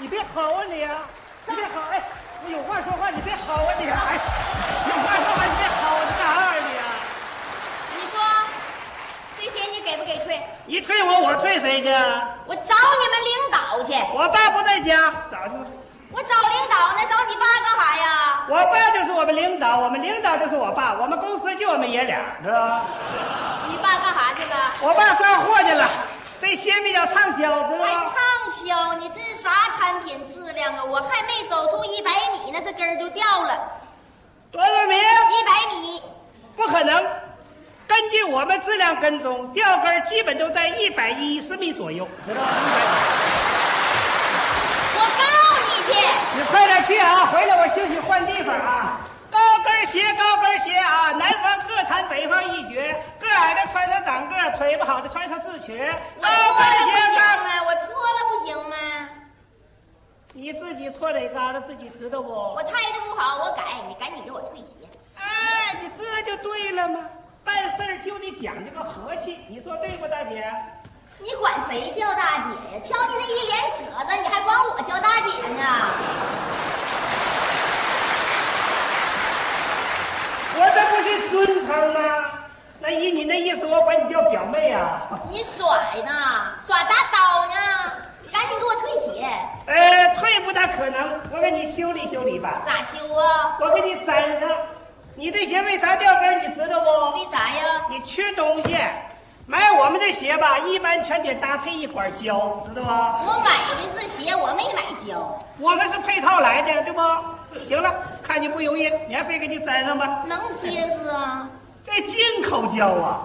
你别吼啊你啊！你别吼！哎，你有话说话，你别吼啊你啊！哎，有话说话，你别吼啊！你干啥呀你啊？你说这些你给不给退？你推我，我推谁去啊？我找你们领导去，我爸不在家，早就我找领导呢，找你爸干啥呀？我爸就是我们领导，我们领导就是我爸，我们公司就我们爷俩，知道吧？你爸干啥去了？我爸上货去了，这新比较畅销，知道还吧？畅销，你这是啥产品质量啊？我还没走出一百米呢，这根儿就掉了。多少名？一百米，不可能。根据我们质量跟踪，钓竿儿基本都在一百一十米左右，知道吧？我告你去。你快点去啊！回来我休息换地方啊！高跟鞋，高跟鞋啊！南方特产，北方一绝。个矮的穿上长个儿，腿不好的穿上自瘸。我高错跟了不鞋行高，吗？我错了不行吗？你自己错哪旮瘩自己知道不？我态度不好，我改，你赶紧给我退鞋。哎，你这就对了嘛！办事儿就得讲这个和气，你说对不，大姐？你管谁叫大姐呀？瞧你那一脸褶子，你还管我叫大姐呢？我这不是尊称吗？那依你那意思，我管你叫表妹啊。你甩呢？耍大刀呢？赶紧给我退鞋！呃，退不大可能，我给你修理修理吧。咋修啊？我给你粘上。你这鞋为啥掉跟儿？你知道不？为啥呀？你缺东西。买我们这鞋吧，一般全得搭配一管胶，知道吗？我买的是鞋，我没买胶，我们是配套来的，对不？行了，看你不容易，免费给你粘上吧。能结实啊？这进口胶啊，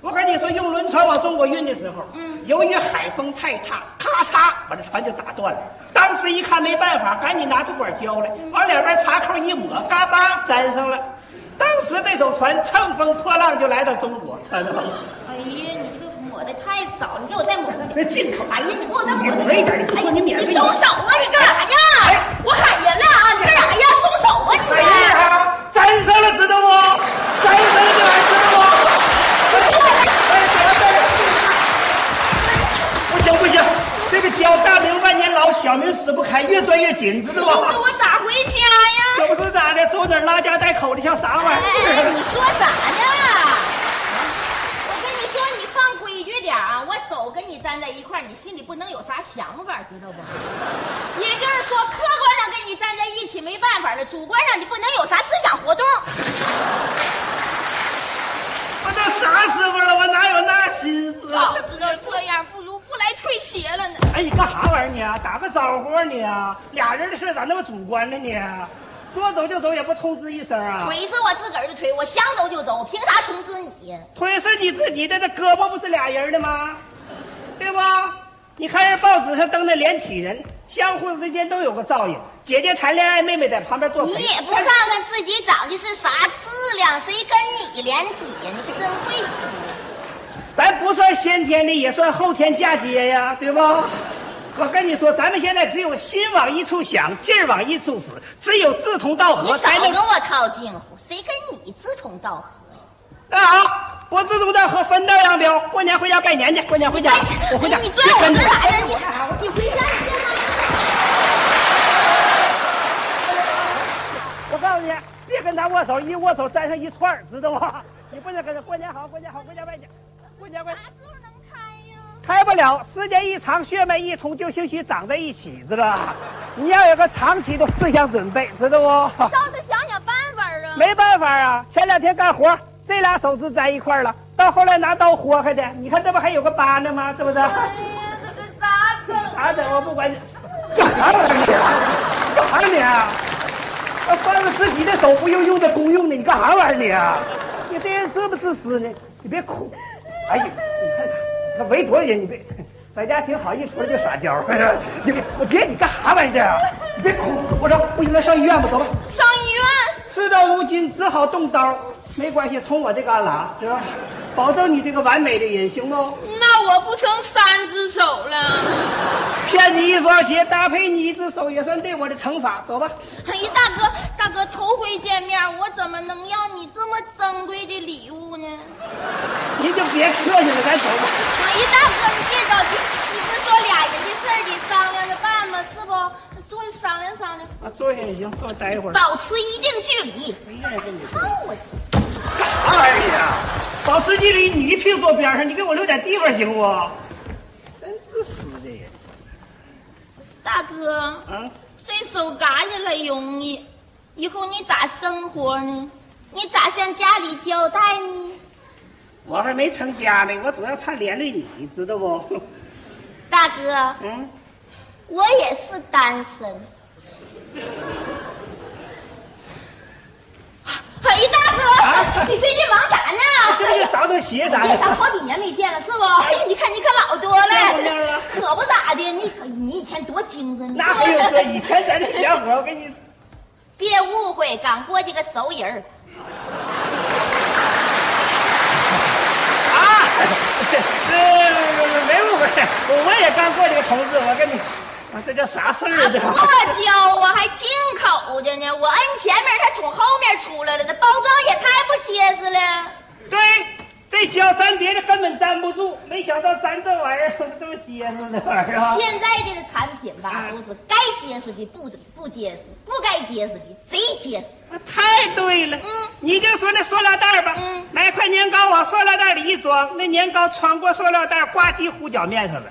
我跟你说，用轮船往中国运的时候，嗯由于海风太大，咔嚓把这船就打断了。当时一看没办法，赶紧拿出管胶来，往两边插扣一抹，嘎巴粘上了。当时这艘船乘风破浪就来到中国，知道吗？哎呀，你这个抹的太少，你给我再抹上点。那进口，哎呀，你给我再抹你上抹一点，你不说你免费你松手啊！你干啥呀哎？我喊人了啊！你干啥呀？松手啊你！哎呀，粘上了，知道不？粘上了，这玩意儿知道不？哎，行了，行了。不行不行，这个胶大明万年老，小明死不开，越钻越紧，知道我吗？我咋回家呀？可不是咋的，走哪儿拉家带口的，像啥玩意哎，儿？你说啥呢？我跟你说，你放规矩点儿啊！我手跟你粘在一块儿，你心里不能有啥想法，知道不？也就是说，客观上跟你粘在一起没办法了，主观上你不能有啥思想活动。我都啥时候了，我哪有那心思啊早？知道这样，不如不来退鞋了呢。哎，你干啥玩意儿你、啊？打个招呼啊你啊？俩人的事咋那么主观呢你？说走就走也不通知一声啊？腿是我自个儿的腿，我想走就走，凭啥通知你呀？腿是你自己的，这胳膊不是俩人的吗？对吧？你看人报纸上登的连体人，相互之间都有个照应。姐姐谈恋爱，妹妹在旁边做陪。你也不看看自己长的是啥质量，谁跟你连体呀？你可真会说。咱不算先天的，也算后天嫁接呀，对吧？我跟你说，咱们现在只有心往一处想，劲儿往一处使，只有志同道你合少才能跟我套近乎，谁跟你志同道合？那好，啊不志同道合，分道扬镳。过年回家拜年去，过年回家，我回家。哎你拽我别干跟着啥呀？你你回家你别闹。我告诉你，别跟他握手，一握手沾上一串儿，知道 吗？你不能跟他过年好，过年好，过年拜年，过年拜年。时候能开呀？开不了，时间一长，血脉一通，就兴许长在一起，知道吧？你要有个长期的思想准备，知道不？倒是想想办法啊。没办法啊，前两天干活，这俩手指粘一块儿了，到后来拿刀豁开的，你看这不还有个疤呢吗？这不是？哎呀，这个咋整？啥整？我不管你，干啥玩意儿你啊？干啥你啊？我翻了自己的手不用用的公用的，你干啥玩意儿你啊？你这人这么自私呢？你别哭，哎呀，你看看，你看围多少人？你别，在家挺好，一出来就撒娇。 你别，我别你干啥玩意儿啊？你别哭，我说不行了，上医院吧，走吧。上医院？事到如今，只好动刀，没关系，从我这旮旯，是吧？保证你这个完美的哦人，行不？那我不成三只手了？骗你一双鞋，搭配你一只手，也算对我的惩罚。走吧，哎呀，大哥，大哥，头回见面，我怎么能要你这么珍贵的礼物呢？您就别客气了，咱走吧。哎呀，大哥，你别着急，你不是说俩人的事儿得商量着办吗？了，是不？坐下商量商量，啊，坐下也行，坐待一会儿。保持一定距离。谁愿意跟你坐？看我，干啥玩意儿你啊？保持距离，你一屁股坐边上，你给我留点地方行不？真自私这人大哥，啊！这手嘎下来容易，以后你咋生活呢？你咋向家里交代呢？我还没成家呢，我主要怕连累你，知道不？ 大哥，嗯，我也是单身。嘿，大啊哥，你最近忙啥呢？这不就找找鞋啥哎呀咱 的？好几年没见了，是不？哎，你看你可老多见过面了了，可不咋的。你可你以前多精神，啊那可是有不说，以前咱这小伙儿，我跟你 别误会，刚过去个熟人儿。啊，呃，没误会，我也刚过这个头子，我跟你，啊，这叫啥事儿啊，啊？这破胶啊，还进口的呢！我摁前面，它从后面出来了，这包装也太不结实了。对，这胶粘别的根本粘不住，没想到粘这玩意儿这么结实的玩意儿啊！现在这个产品吧，都是该结实的不不结实，不该结实的贼结实。太对了，嗯你就说那塑料袋儿吧，嗯买块年糕往塑料袋里一装，那年糕穿过塑料袋，呱唧糊脚面上了。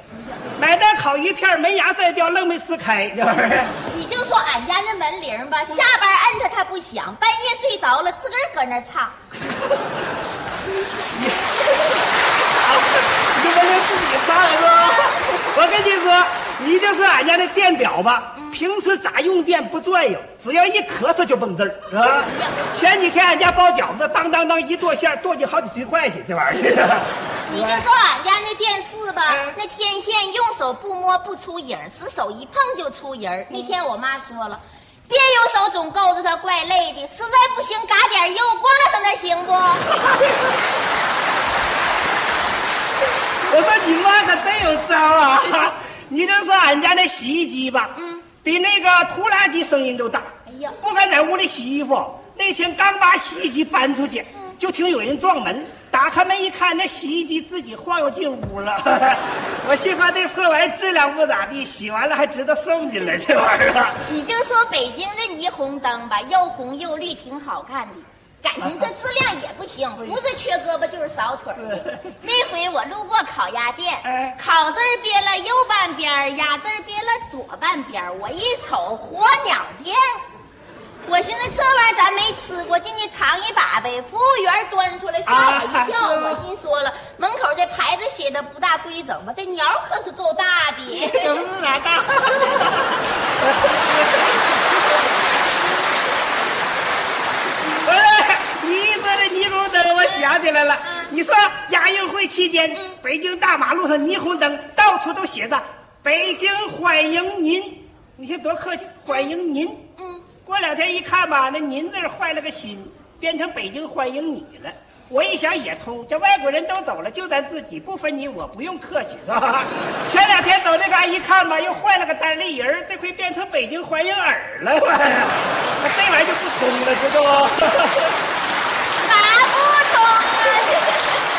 买袋烤鱼片儿，门牙拽掉，愣没撕开，这玩意儿。你就说俺家那门铃吧，下班摁它它不响，半夜睡着了自个儿搁那儿唱。你就跟那自己算了是吧？ 我跟你说，你就是俺家那电表吧，平时咋用电不转悠，只要一咳嗽就蹦字儿啊。前几天俺家包饺子，当当当一剁馅儿，剁进好几十块去，这玩意儿。你就说俺家那电视吧嗯，那天线用手不摸不出影儿，使手一碰就出影儿。那天我妈说了，别用手总够着它，怪累的。实在不行，嘎点肉挂上它行不？我说你妈可真有招 啊！你就说俺家那洗衣机吧，嗯比那个拖拉机声音都大。哎呀不敢在屋里洗衣服。那天刚把洗衣机搬出去，嗯就听有人撞门。打开门一看，那洗衣机自己晃悠进屋了。 我心说这破玩意儿质量不咋地，洗完了还值得送进来，这玩意儿。你就说北京的霓虹灯吧，又红又绿，挺好看的。感情这质量也不 行，哎不是缺胳膊就是少腿儿的。那回我路过烤鸭店哎，烤字儿憋了右半边儿，鸭字儿憋了左半边儿。我一瞅，火鸟店，我寻思这玩意儿咱没吃过，进去尝一把呗。服务员端出来吓我一跳，啊我心说了，门口这牌子写的不大规整吧，这鸟可是够大的。这不是哪大？ 哎，你一说这霓虹灯，我想起来了。你说亚运会期间，北京大马路上霓虹灯到处都写着“北京欢迎您”，你看多客气，欢迎您。嗯，过两天一看吧，那“您”字儿坏了个心，变成“北京欢迎你”了。我一想也通，这外国人都走了，就咱自己不分你我，不用客气，是吧？前两天走那嘎一看吧，又换了个单立人儿，这回变成北京欢迎耳了， 我这玩意儿就不通了，知道不？啥不通啊？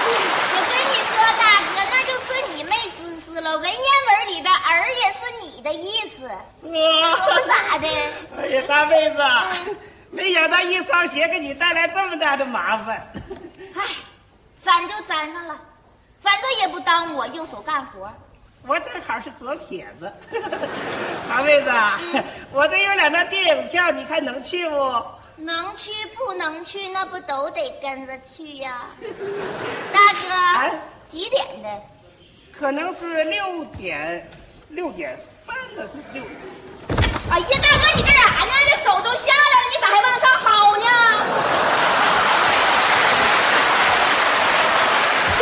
我跟你说，大哥，那就是你没知识了。文言文里边“儿”也是你的意思， 是啊可不咋的。哎呀，大妹子，没想到一双鞋给你带来这么大的麻烦。唉，粘就粘上了，反正也不耽误我用手干活。我正好是左撇子， 大妹子啊，我这有两张电影票，你看能去不？能去不能去，那不都得跟着去呀、大哥哎，几点的？可能是六点，六点半的是六。哎呀，大哥，你干啥呢？这手都下来了，你咋还往上薅呢？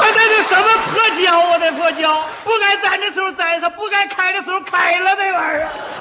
我这是什么啊破胶啊？这破胶，不该粘的时候粘上，不该开的时候开了，这玩意儿。